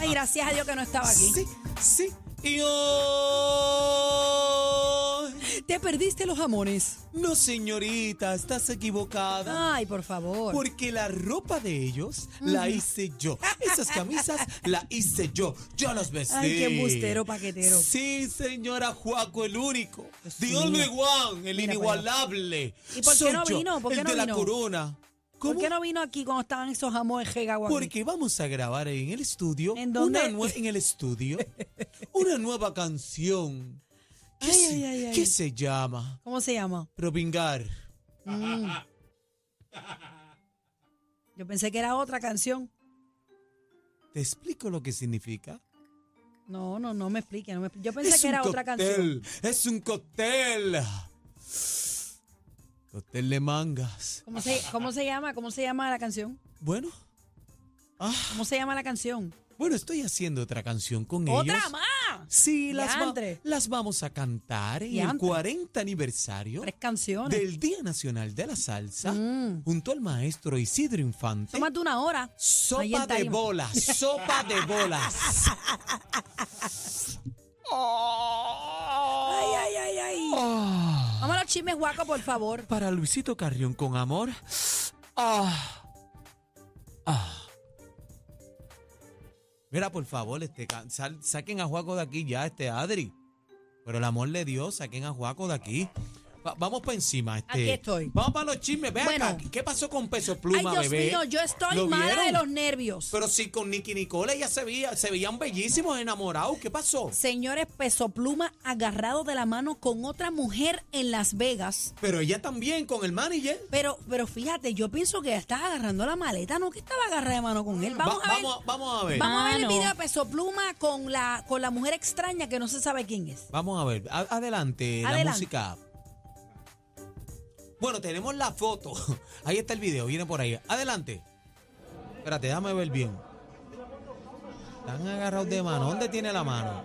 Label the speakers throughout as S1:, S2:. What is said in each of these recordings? S1: Ay, gracias a Dios que no estaba aquí.
S2: Ah, Sí, sí. Y hoy...
S1: Te perdiste los jamones.
S2: No, señorita, estás equivocada.
S1: Ay, Ah, por favor.
S2: Porque la ropa de ellos la hice yo. Esas camisas la hice yo. Yo los vestí.
S1: Ay, qué embustero paquetero.
S2: Sí, señora Juaco, el único. The only one, el
S1: Mira,
S2: inigualable.
S1: ¿Y por qué
S2: Soy
S1: no
S2: yo,
S1: vino? ¿Por qué
S2: el
S1: no
S2: de la
S1: vino?
S2: corona.
S1: ¿Por
S2: ¿Cómo?
S1: qué no vino aquí cuando estaban esos jamones jegaguas?
S2: Porque vamos a grabar en el estudio.
S1: ¿En dónde?
S2: una nue- en el estudio. una nueva canción. ¿Qué,
S1: Ay,
S2: se,
S1: ay, ay, ay.
S2: qué se llama?
S1: ¿Cómo se llama?
S2: Propingar.
S1: Yo pensé que era otra canción.
S2: ¿Te explico lo que significa?
S1: No, no, no me explique. No me explique. Yo pensé que era otra canción.
S2: cóctel, Es un cóctel. Cóctel de mangas.
S1: ¿Cómo se, ¿Cómo se llama? ¿Cómo se llama la canción?
S2: Bueno,
S1: ¿Cómo se llama la canción?
S2: bueno, estoy haciendo otra canción con ellos.
S1: ¡Otra más!
S2: Sí, las, va-
S1: Diantre.
S2: las vamos a cantar en el
S1: Diantre.
S2: 40 aniversario
S1: Tres canciones.
S2: del Día Nacional de la Salsa
S1: Mm.
S2: junto al maestro Isidro Infante.
S1: Tómate una hora. Ahí
S2: Sopa
S1: en
S2: de
S1: tarima.
S2: bolas, sopa de bolas.
S1: Ay, ay, ay, ay.
S2: Ah.
S1: Vamos a los chismes guacos, por favor.
S2: Para Luisito Carrión con amor. Ah. Ah. Mira, por favor, este, ca- sal- saquen a Juaco de aquí ya, este Adri. Pero el amor de Dios, saquen a Juaco de aquí. Va- vamos para encima, este.
S1: Aquí estoy.
S2: Vamos para los chismes. Ve
S1: Bueno.
S2: acá, ¿Qué pasó con Peso Pluma,
S1: ay, Dios
S2: bebé?
S1: mío, yo estoy
S2: ¿Lo
S1: mala de
S2: vieron?
S1: los nervios.
S2: Pero si con Nicky Nicole ya se, veía, se veían bellísimos, enamorados. ¿Qué pasó?
S1: Señores, Peso Pluma agarrado de la mano con otra mujer en Las Vegas.
S2: Pero ella también con el manager.
S1: Pero, pero fíjate, yo pienso que estaba agarrando la maleta, no que estaba agarrada de mano con él.
S2: Va-
S1: Vamos a ver,
S2: vamos, vamos a ver.
S1: vamos a ver el
S3: Ah, no.
S1: video de Peso Pluma con la, con la mujer extraña que no se sabe quién es.
S2: Vamos a ver, a- adelante, la
S1: Adelante.
S2: música. Bueno, tenemos la foto. Ahí está el video, viene por ahí. Adelante. Espérate, déjame ver bien. Están agarrados de mano. ¿Dónde tiene la mano?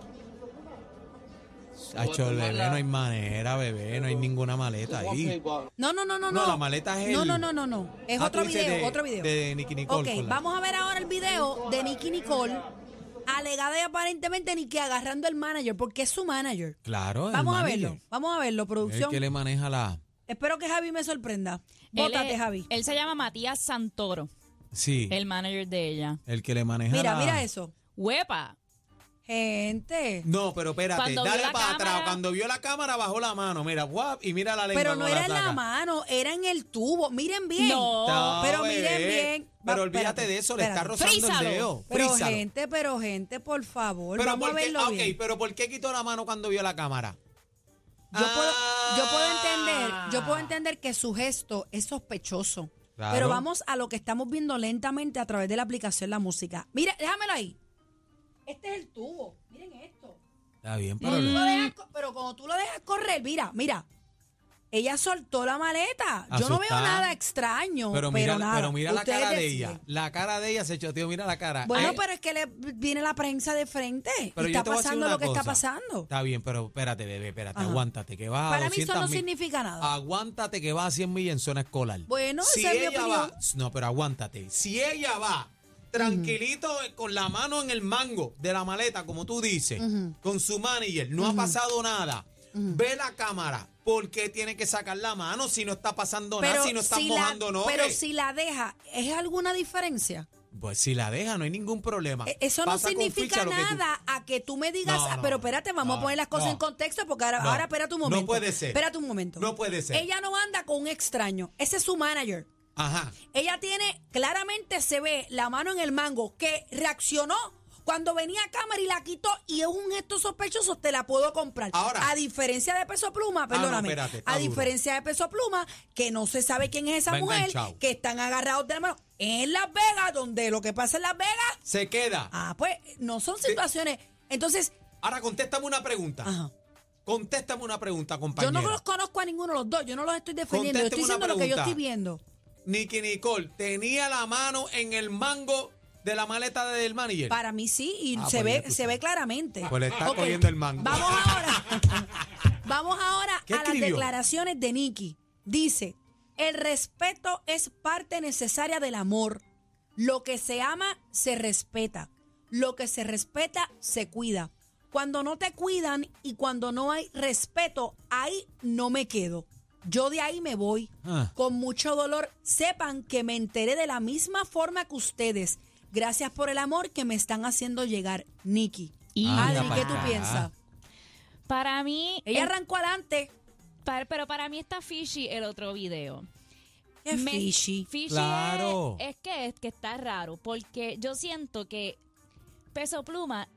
S2: Hacho, bebé, no hay manera, bebé. No hay ninguna maleta ahí.
S1: No, no, no, no, no.
S2: No, la maleta es
S1: No,
S2: el-
S1: no, no, no, no. Es
S2: Ah,
S1: otro
S2: tú dices
S1: video,
S2: de-
S1: otro video.
S2: de Nicki Nicole
S1: Ok,
S2: con la-
S1: vamos a ver ahora el video de Nicky Nicole, alegada y aparentemente Nicky agarrando al manager, porque es su manager.
S2: Claro, el
S1: Vamos a
S2: manager.
S1: verlo, vamos a verlo,
S2: El
S1: producción.
S2: que le maneja la.
S1: Espero que Javi me sorprenda.
S3: Él
S1: Bótate,
S3: es-
S1: Javi.
S3: Él se llama Matías Santoro,
S2: Sí, el,
S3: el manager de ella.
S2: que le maneja
S1: Mira,
S2: la-
S1: mira eso.
S3: ¡Huepa!
S1: Gente.
S2: No, pero espérate,
S3: Cuando vio
S2: dale
S3: la
S2: para atrás.
S3: cámara-
S2: Cuando vio la cámara, bajó la mano. Mira, guap, y mira la lengua.
S1: Pero no
S2: cómo
S1: era en la
S2: saca.
S1: mano, era en el tubo. Miren bien.
S3: No.
S2: No,
S1: pero miren
S2: bebé,
S1: bien. Va,
S2: Pero olvídate
S1: espérate,
S2: de eso, le está
S1: espérate.
S2: rozando
S3: Frízalo.
S2: el dedo.
S1: Pero
S2: Frízalo.
S1: gente, pero gente, por favor,
S2: Pero
S1: vamos a
S2: ¿por qué?
S1: verlo
S2: Ah, ok,
S1: bien.
S2: pero ¿por qué quitó la mano cuando vio la cámara?
S1: Yo puedo, yo puedo entender,
S2: Ah.
S1: yo puedo entender que su gesto es sospechoso.
S2: Claro.
S1: Pero vamos a lo que estamos viendo lentamente a través de la aplicación La Música. Mira, déjamelo ahí. Este es el tubo. Miren esto.
S2: Está bien, pero.
S1: Cuando tú lo dejas co- pero cuando tú lo dejas correr, mira, mira. Ella soltó la maleta. Yo no veo
S2: Asustada.
S1: nada extraño.
S2: Pero mira,
S1: nada.
S2: pero mira la
S1: Ustedes
S2: cara de
S1: deciden.
S2: ella. La cara de ella se echó, tío, mira la cara.
S1: Bueno,
S2: Ay,
S1: pero es que le viene la prensa de frente. y
S2: pero yo
S1: está
S2: te voy a decir
S1: pasando
S2: una
S1: lo que está
S2: cosa.
S1: pasando.
S2: Está bien, pero espérate, bebé, espérate,
S1: Ajá.
S2: aguántate, que va a
S1: Para mí eso
S2: 200
S1: no
S2: mil.
S1: significa nada.
S2: Aguántate que va a 100 millas en zona escolar.
S1: Bueno,
S2: si
S1: esa es mi
S2: ella
S1: opinión.
S2: va, no, pero aguántate. Si ella va tranquilito eh, con la mano en el mango de la maleta, como tú dices, con su manager, no ha pasado nada. Ve la cámara, ¿por qué tiene que sacar la mano si no está pasando nada, si no está
S1: si la-
S2: mojando no?
S1: pero si la deja, ¿es alguna diferencia?
S2: Pues si la deja, no hay ningún problema.
S1: E- Eso no
S2: Ah, Pasa con
S1: significa
S2: ficha lo que tú-
S1: nada a que tú me digas,
S2: No,
S1: "Ah,
S2: no,
S1: pero espérate, vamos a
S2: no,
S1: poner las cosas
S2: no.
S1: en contexto porque ahora,
S2: No,
S1: ahora espérate un
S2: no
S1: momento.
S2: puede ser.
S1: Espérate un momento.
S2: No puede ser.
S1: Ella no anda con un extraño, ese es su manager.
S2: Ajá.
S1: Ella tiene, claramente se ve la mano en el mango que reaccionó cuando venía a cámara y la quitó y es un gesto sospechoso, te la puedo comprar.
S2: Ahora. Ah,
S1: a diferencia de Peso Pluma,
S2: no,
S1: perdóname,
S2: espérate, está
S1: a
S2: duro.
S1: diferencia de Peso Pluma, que no se sabe quién es esa
S2: Está
S1: mujer,
S2: enganchado.
S1: que están agarrados de la mano en Las Vegas, donde lo que pasa en Las Vegas
S2: Se queda.
S1: Ah, pues no son situaciones. Entonces,
S2: Ahora contéstame una pregunta.
S1: ajá.
S2: Contéstame una pregunta,
S1: yo
S2: compañero.
S1: no los conozco a ninguno de los dos, yo no los estoy defendiendo, yo estoy
S2: Contésteme una
S1: diciendo lo que yo
S2: pregunta.
S1: estoy viendo.
S2: Nicky Nicole tenía la mano en el mango de la maleta del manager.
S1: Para mí sí, y
S2: Ah,
S1: se
S2: pues ya
S1: ve
S2: tú
S1: se
S2: sabes.
S1: ve claramente.
S2: Pues le está
S1: Ok,
S2: cogiendo el mango.
S1: Vamos ahora. vamos ahora
S2: ¿Qué
S1: a las
S2: escribió?
S1: declaraciones de Nicky. Dice, "El respeto es parte necesaria del amor. Lo que se ama se respeta. Lo que se respeta se cuida. Cuando no te cuidan y cuando no hay respeto, ahí no me quedo. Yo de ahí me voy.
S2: Ah.
S1: Con mucho dolor, sepan que me enteré de la misma forma que ustedes. Gracias por el amor que me están haciendo llegar, Nikki.
S3: Y
S1: Adri,
S2: mira
S1: ¿qué
S2: pa'
S1: tú
S2: acá.
S1: piensas?
S3: Para mí,
S1: Ella
S3: el-
S1: arrancó adelante.
S3: pa- pero para mí está fishy el otro video.
S1: Qué
S3: Me-
S1: fishy.
S3: fishy
S2: Claro.
S3: Es, es que es que está raro, porque yo siento que Peso Pluma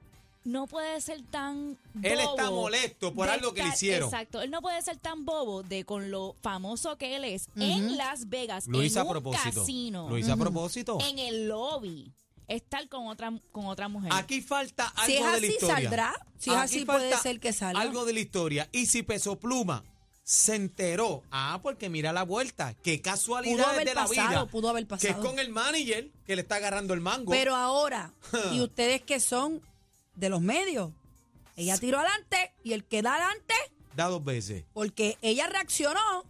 S3: no puede ser tan bobo.
S2: Él está molesto por
S3: de
S2: algo que le
S3: estar-
S2: hicieron.
S3: Exacto, él no puede ser tan bobo de con lo famoso que él es
S1: Ujú.
S3: en Las Vegas,
S2: Lo hice
S3: en
S2: a
S3: un
S2: propósito.
S3: casino,
S2: Lo hice a propósito.
S3: en el lobby, estar con otra con otra mujer.
S2: Aquí falta algo
S1: Si es
S2: de la
S1: así,
S2: historia.
S1: saldrá. Si es
S2: Aquí
S1: así,
S2: falta
S1: puede ser que salga.
S2: Algo de la historia. Y si Peso Pluma se enteró, ah, porque mira la vuelta, qué
S1: Pudo
S2: casualidad
S1: haber
S2: de la
S1: pasado,
S2: vida.
S1: pudo haber
S2: Que
S1: pasado.
S2: es con el manager que le está agarrando el mango.
S1: Pero ahora, y ustedes que son de los medios, ella tiró adelante y el que da adelante,
S2: da dos veces.
S1: porque ella reaccionó.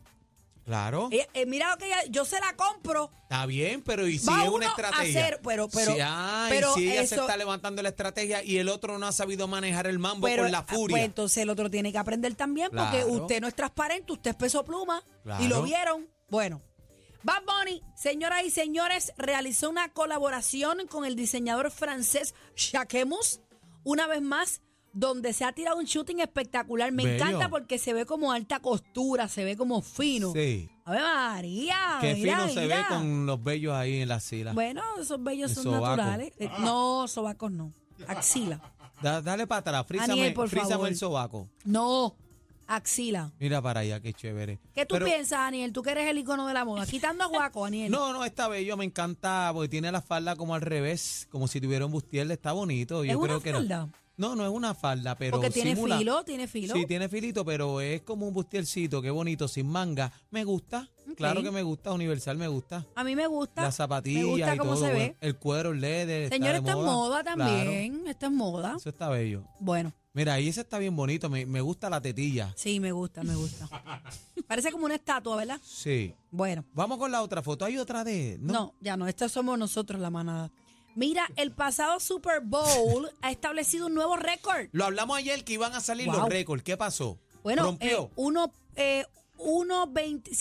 S2: Claro.
S1: Ella- eh, mira lo que ella, yo se la compro.
S2: Está bien, pero y si
S1: Va
S2: es
S1: uno
S2: una
S1: a
S2: estrategia.
S1: hacer, pero- pero-
S2: si, ah, y
S1: pero
S2: si ella se
S1: eso-
S2: está levantando la estrategia y el otro no ha sabido manejar el mambo
S1: Pero,
S2: con la
S1: ah, pues,
S2: furia.
S1: entonces el otro tiene que aprender también, porque
S2: Claro.
S1: usted no es transparente, usted es peso pluma. Y
S2: Claro.
S1: lo vieron. Bueno. Bad Bunny, señoras y señores, realizó una colaboración con el diseñador francés Jacquemus, una vez más, donde se ha tirado un shooting espectacular. Me
S2: Bello.
S1: encanta porque se ve como alta costura, se ve como fino.
S2: sí.
S1: A ver, María.
S2: Que
S1: mira,
S2: fino se ve
S1: mira.
S2: con los bellos ahí en la sila.
S1: Bueno, esos bellos
S2: El
S1: son
S2: sobaco.
S1: naturales. Eh, No, sobacos no. Axila.
S2: Da- dale para atrás, frízame,
S1: Aniel, por
S2: frízame
S1: favor.
S2: el sobaco.
S1: No, axila.
S2: Mira para allá, qué chévere.
S1: ¿Qué tú
S2: Pero-
S1: piensas, Daniel? Tú que eres el icono de la moda. Quitando a Guaco, Daniel.
S2: No, no, está bello, me encanta, porque tiene la falda como al revés, como si tuviera un bustier, está bonito. Yo
S1: ¿Es
S2: creo
S1: una
S2: que
S1: falda?
S2: No. no, no es una falda, pero
S1: Porque tiene
S2: simula-
S1: filo, tiene filo.
S2: Sí, tiene filito, pero es como un bustiercito, qué bonito, sin manga. Me gusta, claro
S1: Ok.
S2: que me gusta, universal me gusta.
S1: a mí me gusta.
S2: Las zapatillas
S1: Me gusta
S2: y
S1: cómo
S2: todo,
S1: se
S2: bueno.
S1: ve.
S2: el cuero, el LED, está
S1: Señor,
S2: de
S1: está en moda también. Está en moda.
S2: Claro, eso está bello.
S1: Bueno,
S2: Mira, ahí ese está bien bonito, me, me gusta la tetilla.
S1: sí, me gusta, me gusta. Parece como una estatua, ¿verdad?
S2: Sí.
S1: Bueno,
S2: Vamos con la otra foto, hay otra de...
S1: no, ya no. Estos somos nosotros, la manada. Mira, el pasado Super Bowl ha establecido un nuevo récord.
S2: Lo hablamos ayer que iban a salir
S1: Wow.
S2: los récords. ¿Qué pasó?
S1: Bueno,
S2: Rompió.
S1: eh, uno, eh, uno 20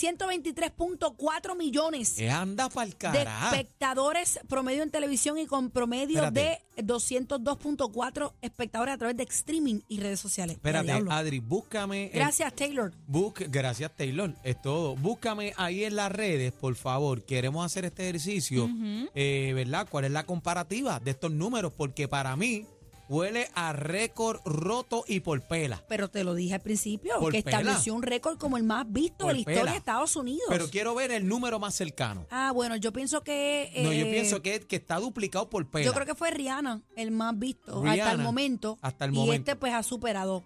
S1: 123.4 millones.
S2: Eh, anda pa'l
S1: de
S2: carajo.
S1: espectadores promedio en televisión y con promedio
S2: Espérate.
S1: de 202.4 espectadores a través de streaming y redes sociales. Ya,
S2: Espérate, Ah, eh,
S1: diablo.
S2: Adri, búscame. el-
S1: Gracias, Taylor.
S2: busca- gracias, Taylor. Es todo. Búscame ahí en las redes, por favor. Queremos hacer este ejercicio. eh, ¿Verdad? ¿Cuál es la comparativa de estos números? Porque para mí huele a récord roto y por pela.
S1: Pero te lo dije al principio,
S2: Por
S1: que
S2: pela.
S1: estableció un récord como el más visto de
S2: Por
S1: la historia
S2: pela.
S1: de Estados Unidos.
S2: Pero quiero ver el número más cercano.
S1: ah, bueno, yo pienso que...
S2: no, yo
S1: eh,
S2: pienso que, que está duplicado por pela.
S1: Yo creo que fue Rihanna el más visto hasta el
S2: Rihanna,
S1: momento.
S2: hasta el
S1: Y
S2: momento.
S1: este pues ha superado.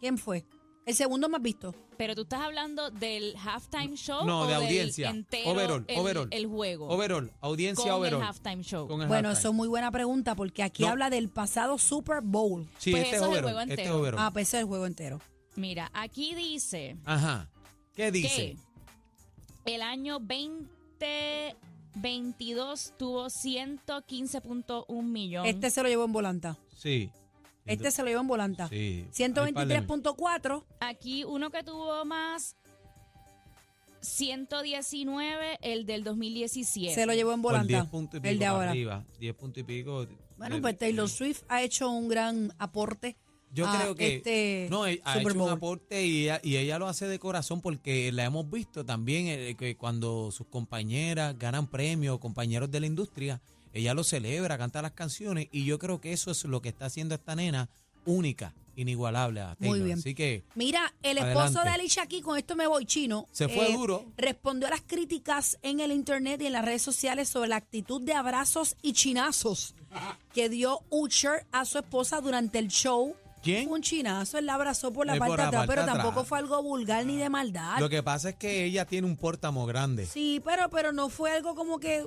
S1: ¿Quién fue? El segundo más visto.
S3: Pero tú estás hablando del halftime show
S2: No,
S3: o
S2: de
S3: del
S2: audiencia.
S3: entero
S2: Overall,
S3: el,
S2: overall.
S3: el juego.
S2: Overall, audiencia
S3: con
S2: overall.
S3: el halftime show.
S2: Con el
S1: Bueno,
S2: halftime.
S1: eso es muy buena pregunta porque aquí
S2: No.
S1: habla del pasado Super Bowl.
S2: Sí,
S3: Pues
S2: este
S3: eso
S2: es
S3: es
S2: overall.
S3: el juego
S2: este es
S3: entero.
S2: overall.
S1: Ah, pues ese es el juego entero.
S3: Mira, aquí dice
S2: Ajá. ¿Qué dice?
S3: que el año 2022 tuvo 115.1 millones.
S1: Este se lo llevó en volanta.
S2: Sí.
S1: Este se lo llevó en volanta.
S2: Sí. Ay, páleme.
S1: 123.4.
S3: Aquí uno que tuvo más 119, el del 2017.
S1: Se lo llevó en
S2: Por 10
S1: volanta.
S2: puntos Pues y pico
S1: El de
S2: para
S1: ahora.
S2: arriba. 10 puntos y pico. eh,
S1: Bueno,
S2: de-
S1: pues Taylor Swift ha hecho un gran aporte.
S2: Yo
S1: a
S2: creo que
S1: este
S2: no, eh, ha
S1: Super
S2: hecho un
S1: Bowl.
S2: aporte y ella, y ella lo hace de corazón porque la hemos visto también eh, que cuando sus compañeras ganan premios, compañeros de la industria, ella lo celebra, canta las canciones y yo creo que eso es lo que está haciendo esta nena única, inigualable a
S1: Muy
S2: Taylor.
S1: bien.
S2: Así que
S1: Mira, el esposo
S2: Adelante.
S1: de Alicia Keys, con esto me voy chino. eh,
S2: Se fue duro.
S1: Respondió a las críticas en el internet y en las redes sociales sobre la actitud de abrazos y chinazos que dio Usher a su esposa durante el show.
S2: ¿Quién?
S1: Un chinazo, él la abrazó por la
S2: Eh, por
S1: parte
S2: la
S1: de atrás,
S2: parte
S1: pero
S2: de atrás.
S1: tampoco fue algo vulgar ni de maldad.
S2: lo que pasa es que ella tiene un pórtamo grande.
S1: Ah, Sí, pero, pero no fue algo como que,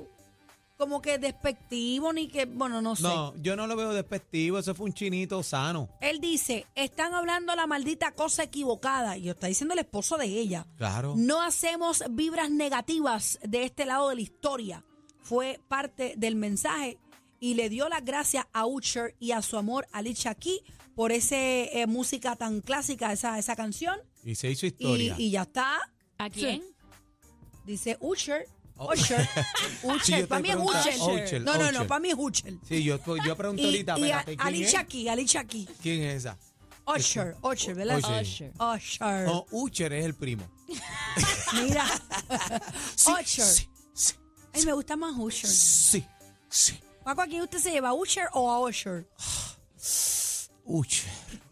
S1: como que despectivo ni que, bueno, no sé.
S2: No, yo no lo veo despectivo, eso fue un chinito sano.
S1: Él dice, están hablando la maldita cosa equivocada. Y lo está diciendo el esposo de ella.
S2: Claro.
S1: No hacemos vibras negativas de este lado de la historia. Fue parte del mensaje y le dio las gracias a Usher y a su amor Alicia Keys por esa música tan clásica, esa, esa canción.
S2: Y se hizo
S1: Y,
S2: historia.
S1: y ya está.
S3: ¿A quién?
S1: Dice Usher.
S2: Oh.
S1: Usher.
S2: Si yo
S1: Usher.
S2: te
S1: para mí es
S2: preguntara-
S1: Usher.
S2: Usher,
S1: No, no,
S2: Usher.
S1: no. Para mí es Usher.
S2: Sí, yo, yo pregunto
S1: Y,
S2: ahorita,
S1: y a-
S2: espérate, ¿quién, es?
S1: Alicia Keys, Alicia Keys.
S2: ¿quién es esa?
S1: Usher, Usher, ¿verdad?
S2: Usher. Oh.
S3: Usher.
S1: Usher.
S2: No, Ucher es el primo.
S1: Mira. Usher.
S2: Sí, sí,
S1: Ay, me gusta más Usher.
S2: sí, sí.
S1: Paco, ¿a quién usted se lleva? ¿A Usher o a Usher?
S2: Ucher.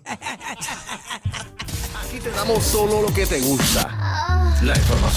S4: Aquí te damos solo lo que te gusta. La información.